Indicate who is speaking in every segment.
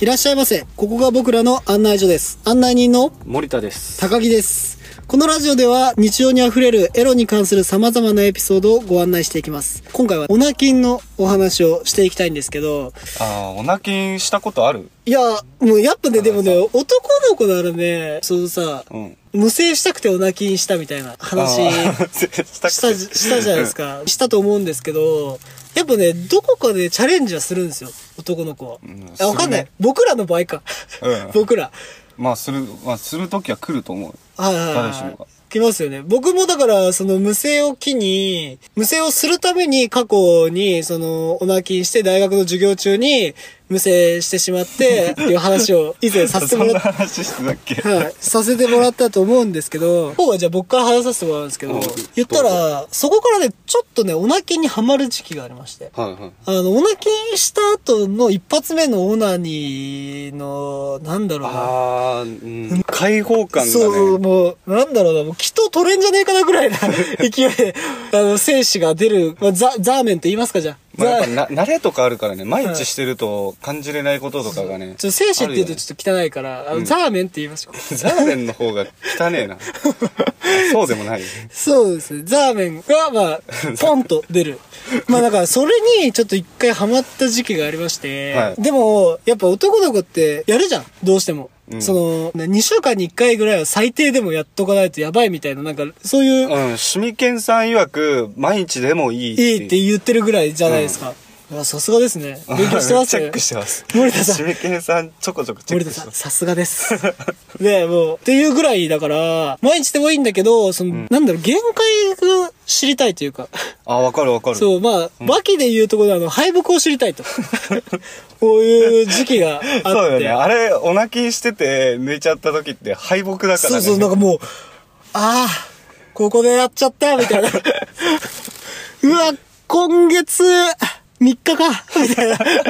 Speaker 1: いらっしゃいませ。ここが僕らの案内所です。案内人の
Speaker 2: 森田です。
Speaker 1: 高木です。このラジオでは日常にあふれるエロに関する様々なエピソードをご案内していきます。今回はオナキンのお話をしていきたいんですけど、
Speaker 2: ああ、お泣きしたことある
Speaker 1: いや、もうやっぱね、でもね、男の子ならね、そのさ、
Speaker 2: うん。
Speaker 1: 無精したくてオナキンしたみたいな話
Speaker 2: あーした
Speaker 1: した じ、したじゃないです
Speaker 2: か。
Speaker 1: か。したと思うんですけど、やっぱね、どこかでチャレンジはするんですよ、男の子は。
Speaker 2: ん
Speaker 1: あわかんない、
Speaker 2: するね
Speaker 1: 僕らの場合か。
Speaker 2: うん
Speaker 1: 僕ら。
Speaker 2: まあ、する、まあ、するときは来ると思う。
Speaker 1: はいはい
Speaker 2: 誰しも
Speaker 1: は
Speaker 2: が
Speaker 1: い。来ますよね。僕もだから、その無声を機に、無声をするために過去に、その、お泣きして大学の授業中に無声してしまって、っていう話 を以前させて
Speaker 2: そ
Speaker 1: も
Speaker 2: ん
Speaker 1: ら
Speaker 2: な
Speaker 1: っ
Speaker 2: 話してたっけ
Speaker 1: はい、させてもらったと思うんですけど、今日はじゃあ僕から話させてもらうんですけ
Speaker 2: う
Speaker 1: ど
Speaker 2: ん、
Speaker 1: 言ったら、そこからね、ちょっとね、おなきにはまる時期がありまして。
Speaker 2: はいはい。
Speaker 1: あの、おなきした後の一発目のオナニーの、なんだろうな。
Speaker 2: ああ、うん。開放感がね。
Speaker 1: そう、もう、なんだろうな、もう、きっと取れんじゃねえかなぐらい な勢いで、あの、精子が出る、まあ、ザ、ザーメンと言いますか、じゃあ。
Speaker 2: まあ、やっ
Speaker 1: ザ
Speaker 2: ぱな、慣れとかあるからね、毎日してると感じれないこととかがね。
Speaker 1: ちょ精子って言うと
Speaker 2: あるよね
Speaker 1: ちょっと汚いから、あのザーメンって言いましょう。
Speaker 2: ザーメンの方が汚ねえ な。そうでもない。
Speaker 1: そうですね。ザーメンが、まあ、ポンと出る。まあだから、それにちょっと一回ハマった時期がありまして、
Speaker 2: はい
Speaker 1: でも、やっぱ男の子ってやるじゃん。どうしても。
Speaker 2: うん
Speaker 1: その、ね2週間に1回ぐらいは最低でもやっとかないとやばいみたいな、なんか、そういう、
Speaker 2: うん、シミケンさん曰く、毎日でもいい
Speaker 1: いいって言ってるぐらいじゃないですか。うわさすがですね。勉強してますね。
Speaker 2: チェックしてます。
Speaker 1: 森田さん
Speaker 2: シミケンさん、ちょこちょこチェッ
Speaker 1: 森
Speaker 2: ク
Speaker 1: 田
Speaker 2: して
Speaker 1: さ
Speaker 2: ま
Speaker 1: ん、
Speaker 2: す。
Speaker 1: さすが です。で、もう、っていうぐらいだから、毎日でもいいんだけど、その、なんだろう、限界が知りたいというか。
Speaker 2: あ、わかるわかる。
Speaker 1: そう、まあ、バキで言うところのあの、敗北を知りたいと。 こういう時期があって。
Speaker 2: そうよね。あれ、お泣きしてて、抜いちゃった時って敗北だからね。
Speaker 1: そうそう、なんかもう、ああ、ここでやっちゃった、みたい な。うわ、今月、3日か、みたいな。確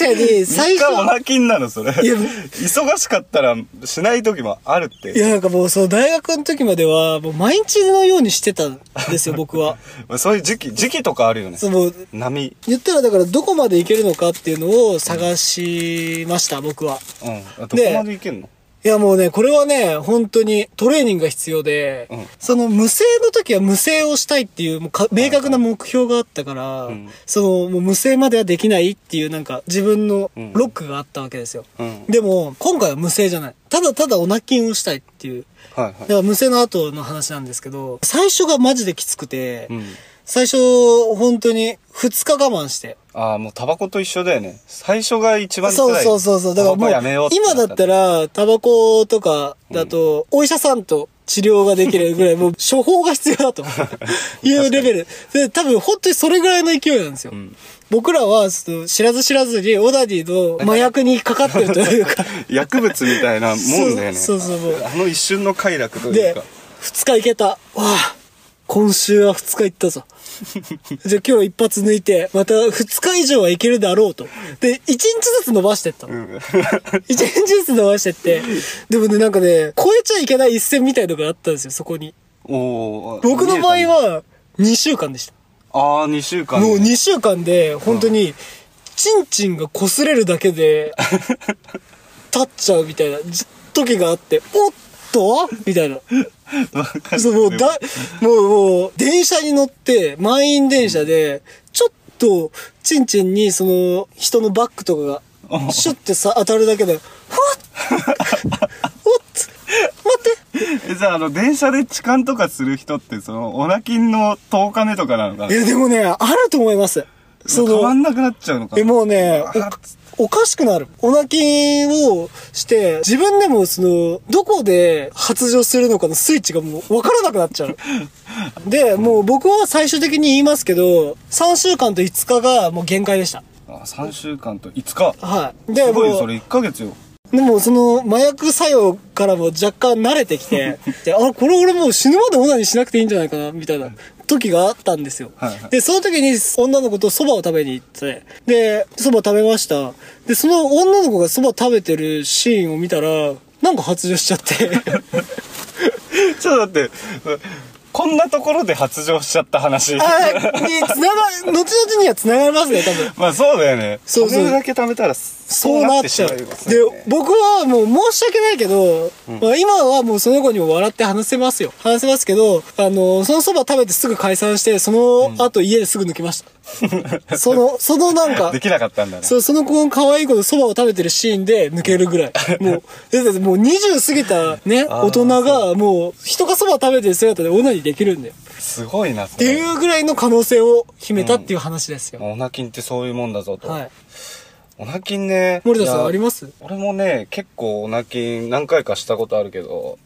Speaker 1: かに、最初
Speaker 2: 一回。お泣きになるの、それ。
Speaker 1: いや
Speaker 2: 忙しかったら、しない時もあるっ
Speaker 1: い
Speaker 2: て。
Speaker 1: や、なんかもう、その大学の時までは、もう毎日のようにしてたんです よ、僕は。
Speaker 2: まあそういう時期、時期とかあるよね。
Speaker 1: その、
Speaker 2: 波。
Speaker 1: 言ったらだから、どこまでいけるのかっていうのを探しました、僕は。
Speaker 2: うん。あどこまでいけんの
Speaker 1: いやもうね、これはね、本当にトレーニングが必要で、
Speaker 2: うん
Speaker 1: その無声の時は無声をしたいっていうもうか明確な目標があったから、
Speaker 2: ん
Speaker 1: そのもう無声まではできないっていうなんか自分の
Speaker 2: うん
Speaker 1: ロックがあったわけですよ。
Speaker 2: うん。
Speaker 1: でも、今回は無声じゃない。ただただお泣きをしたいっていう。
Speaker 2: はいは
Speaker 1: だ
Speaker 2: い。
Speaker 1: から無声の後の話なんですけど、最初がマジできつくて、
Speaker 2: うん。
Speaker 1: 最初本当に2日我慢して、
Speaker 2: ああ、もうタバコと一緒だよね。最初が一番辛
Speaker 1: そう
Speaker 2: い。
Speaker 1: そうそうそう。だから
Speaker 2: タバ
Speaker 1: も
Speaker 2: コやめよう
Speaker 1: う、
Speaker 2: て
Speaker 1: 今だったら、タバコとかだと、お医者さんと治療ができるぐ らい、もう処方が必要だというレベル。で、多分本当にそれぐらいの勢いなんですよ。
Speaker 2: ん
Speaker 1: 僕らは、その知らず知らずに、オダディの麻薬にかかってるというか、
Speaker 2: 薬物みたい なもんだよね。
Speaker 1: そうそうそうそう
Speaker 2: あの一瞬の快楽という
Speaker 1: で
Speaker 2: か。、
Speaker 1: 2日行けた。わあ、今週は2日行ったぞ。 じゃあ今日一発抜いて、また2日以上は行けるだろうと。で、1日ずつ伸ばしてったの。
Speaker 2: うん。
Speaker 1: 一日ずつ伸ばしてって。でもね、なんかね、超えちゃいけない一線みたいのがあったんですよ、そこに。
Speaker 2: おー
Speaker 1: 僕の場合は、2週間でし
Speaker 2: ああ、2週間
Speaker 1: た。
Speaker 2: ね。
Speaker 1: もう2週間で、本当に、チンチンが擦れるだけ で、立っちゃうみたいなじ時があって、おっとみたいな。
Speaker 2: わかる
Speaker 1: そう、もうだ、もう、もう、電車に乗って、満員電車で、ちょっと、チンチンに、その、人のバッグとか
Speaker 2: う
Speaker 1: が、
Speaker 2: ん
Speaker 1: シュッてさ、当たるだけで、ふわっおっつ待っ
Speaker 2: えじゃあ、あの、電車で痴漢とかする人って、その、オナキンの10日目とかなのかな
Speaker 1: てえ、でもね、あると思います。そ
Speaker 2: 変わ
Speaker 1: の、
Speaker 2: んなくなっちゃうのかな
Speaker 1: え、もうね
Speaker 2: あーつ
Speaker 1: お、おかしくなる。お泣きをして、自分でも、その、どこで発情するのかのスイッチがもう、わからなくなっ ちゃう。で、もう僕は最終的に言いますけど、3週間と5日がもう限界でした。
Speaker 2: あ、3週間と5日。
Speaker 1: はい。です
Speaker 2: ごいよ、
Speaker 1: も
Speaker 2: そうれ1ヶ月よ。
Speaker 1: でもその麻薬作用からも若干慣れてき て、で、あ、これ俺もう死ぬまでオナニーしなくていいんじゃないかな、みたいな時があったんですよ。
Speaker 2: はいはい
Speaker 1: で、その時に女の子と蕎麦を食べに行って、で、蕎麦食べました。で、その女の子が蕎麦食べてるシー ンを見たら、なんか発情しちゃって。
Speaker 2: ちょっと待って、こんなところで発情しちゃった話。
Speaker 1: あ、に、つなが、後々には繋がりますね、多分。
Speaker 2: まあそうだよね。
Speaker 1: そうそう
Speaker 2: これだけ貯めたら、
Speaker 1: そうなっちゃう。
Speaker 2: そうな
Speaker 1: で
Speaker 2: ってしまいますね、
Speaker 1: 僕はもう申し訳ないけど、まあ今はもうその子にも笑って話せますよ。話せますけど、あの、そのそば食べてすぐ解散して、その後家ですぐ抜きました。その、そのなんか
Speaker 2: で、きなかったんだね。
Speaker 1: そう、その子の可愛い子のそばを食べてるシーンで抜けるぐらい。もう、だってもう20過ぎたね、
Speaker 2: あー
Speaker 1: 大人がもう、人がそばを食べてる姿でオナニーできるんだよ。
Speaker 2: すごいな、そ
Speaker 1: って
Speaker 2: れ。
Speaker 1: いうぐらいの可能性を秘めたっていう話ですよ。
Speaker 2: オナキンってそういうもんだぞと。
Speaker 1: はい。
Speaker 2: オナキンね。
Speaker 1: 森田さ
Speaker 2: い
Speaker 1: ん
Speaker 2: や
Speaker 1: あります
Speaker 2: 俺もね、結構オナキン何回かしたことあるけど、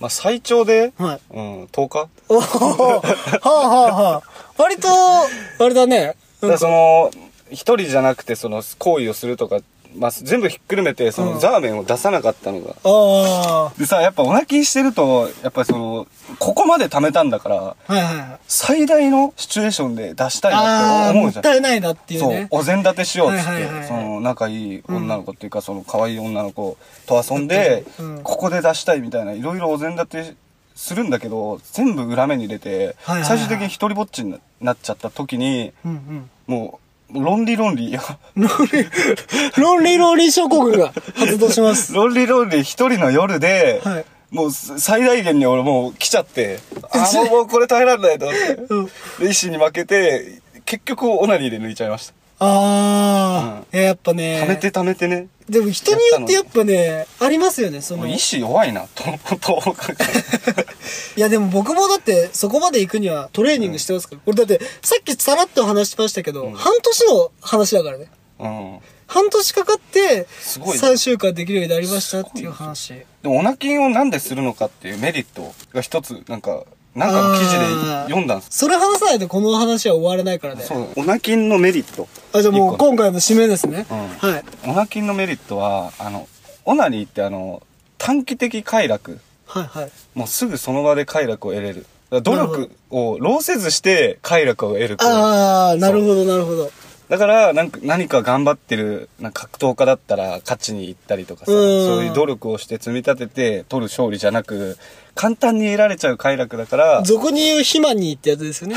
Speaker 2: まあ最長で、
Speaker 1: はい
Speaker 2: うん、10日
Speaker 1: おーはあはあはあ。割と、あれだね。
Speaker 2: だからその、一人じゃなくて、その、行為をするとか、まあ、全部ひっくるめて、その、ザーメンを出さなかったのが。
Speaker 1: あ
Speaker 2: でさ、やっぱお腹にしてると、やっぱりその、ここまで貯めたんだから、
Speaker 1: あ。はいはいはい。
Speaker 2: 最大のシチュエーションで出したいな
Speaker 1: あ
Speaker 2: っ
Speaker 1: あ、
Speaker 2: て思
Speaker 1: も
Speaker 2: う
Speaker 1: っ
Speaker 2: じゃん。
Speaker 1: たいないなっていう
Speaker 2: そう
Speaker 1: ね、。
Speaker 2: お膳立てしようっつって、
Speaker 1: はいはいはいはい
Speaker 2: その仲いい女の子っていうか、その可愛い女の子と遊んで、
Speaker 1: うん
Speaker 2: ここで出したいみたいな、いろいろお膳立てするんだけど、全部裏目に出て、
Speaker 1: はいはいはい
Speaker 2: 最終的に一人ぼっちになっちゃった時に、
Speaker 1: うんうん。
Speaker 2: もう、ロンリーロン リーよ。
Speaker 1: ロンリー、ロンリーロンリー諸国が発動します。
Speaker 2: ロンリーロンリー一人の夜で、
Speaker 1: はい
Speaker 2: もう最大限に俺もう来ちゃって、あ、もうもうこれ耐えられないと思って。
Speaker 1: うん
Speaker 2: で、意思に負けて、結局オナニーで抜いちゃいました。
Speaker 1: ああ、やっぱね。
Speaker 2: 溜めて溜めてね。
Speaker 1: でも人によってやっぱね、ありますよね、そ
Speaker 2: も
Speaker 1: の。
Speaker 2: う
Speaker 1: い
Speaker 2: 意志弱いな、と、 と、
Speaker 1: やでも僕もだってそこまで行くにはトレーニングしてますから。俺だってさっきさらっと話しましたけど、半年の話だからね。
Speaker 2: うん。
Speaker 1: 半年かかって、
Speaker 2: すごい
Speaker 1: 3週間できるようになりましたっていう話。
Speaker 2: でも、オナキンをなんでするのかっていうメリットが一つ、なんか、なんかの記事で
Speaker 1: あー
Speaker 2: 読んだんです。
Speaker 1: それ話さないとこの話は終わらないからね。
Speaker 2: そう、オナキンのメリット。
Speaker 1: あ、じゃあもう
Speaker 2: 一個
Speaker 1: 今回の締めですね。
Speaker 2: うん
Speaker 1: はい。
Speaker 2: オナキンのメリットは、あの、オナニーってあの、短期的快楽。
Speaker 1: はいはい。
Speaker 2: もうすぐその場で快楽を得れる。だから努
Speaker 1: なる
Speaker 2: 力を労せずして快楽を得る行為。
Speaker 1: ああ、なるほどなるほど。
Speaker 2: だから、なんか、何か頑張ってる、なんか格闘家だったら勝ちに行ったりとかさ、
Speaker 1: うん
Speaker 2: そういう努力をして積み立てて取る勝利じゃなく、簡単に得られちゃう快楽だから、
Speaker 1: 俗に言うヒマニーってやつですよ ね。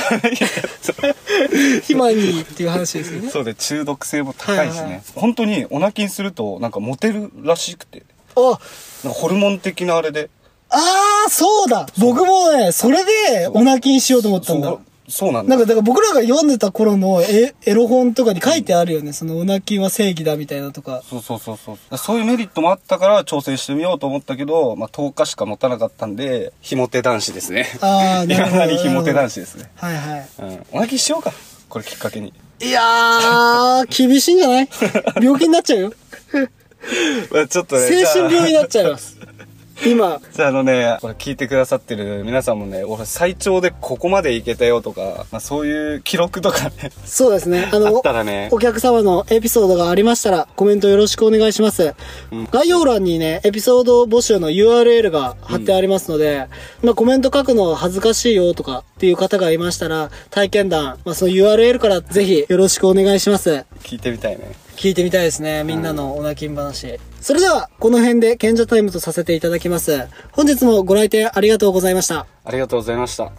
Speaker 1: ヒマニーっていう話ですよね。
Speaker 2: そうで、中毒性も高いしね。
Speaker 1: はいはい
Speaker 2: 本当に、オナキンすると、なんかモテるらしくて。
Speaker 1: あ、
Speaker 2: なんかホルモン的なあれで。
Speaker 1: ああ、そうだ僕もね、それで、オナキンしようと思ったんだ
Speaker 2: そ。う、そうなんだ。
Speaker 1: なんか、だから僕らが読んでた頃のエエロ本とかに書いてあるよね。その、オナキンは正義だみたいなとか。
Speaker 2: そうそうそうそう。そういうメリットもあったから挑戦してみようと思ったけど、まあ、10日しか持たなかったんで、ひも手男子ですね。
Speaker 1: あー
Speaker 2: い
Speaker 1: なる
Speaker 2: や
Speaker 1: ほど
Speaker 2: なりひも手男子ですね。
Speaker 1: はいは
Speaker 2: うん。おなきしようか。これきっかけに。
Speaker 1: い。いやー、厳しいんじゃない 病気になっちゃうよ。
Speaker 2: まあ、ちょっとね。
Speaker 1: 精神病になっ
Speaker 2: ゃ
Speaker 1: ちゃいます。今。
Speaker 2: う。じゃああのね、これ聞いてくださってる皆さんもね、俺最長でここまでいけたよとか、まあそういう記録とかね、
Speaker 1: そうですね。あ
Speaker 2: あ
Speaker 1: の
Speaker 2: っ、たらね
Speaker 1: お、客様のエピソードがありましたら、コメントよろしくお願いします。概要欄にね、エピソード募集の URL が貼ってありますので、まあコメント書くの恥ずかしいよとかっていう方がいましたら、体験談、まあその URL からぜひよろしくお願いします。
Speaker 2: 聞いてみたいね。
Speaker 1: 聞いてみたいですね。みんなのおなきん話。それでは、この辺で賢者タイムとさせていただきます。本日もご来店ありがとうございました。
Speaker 2: ありがとうございました。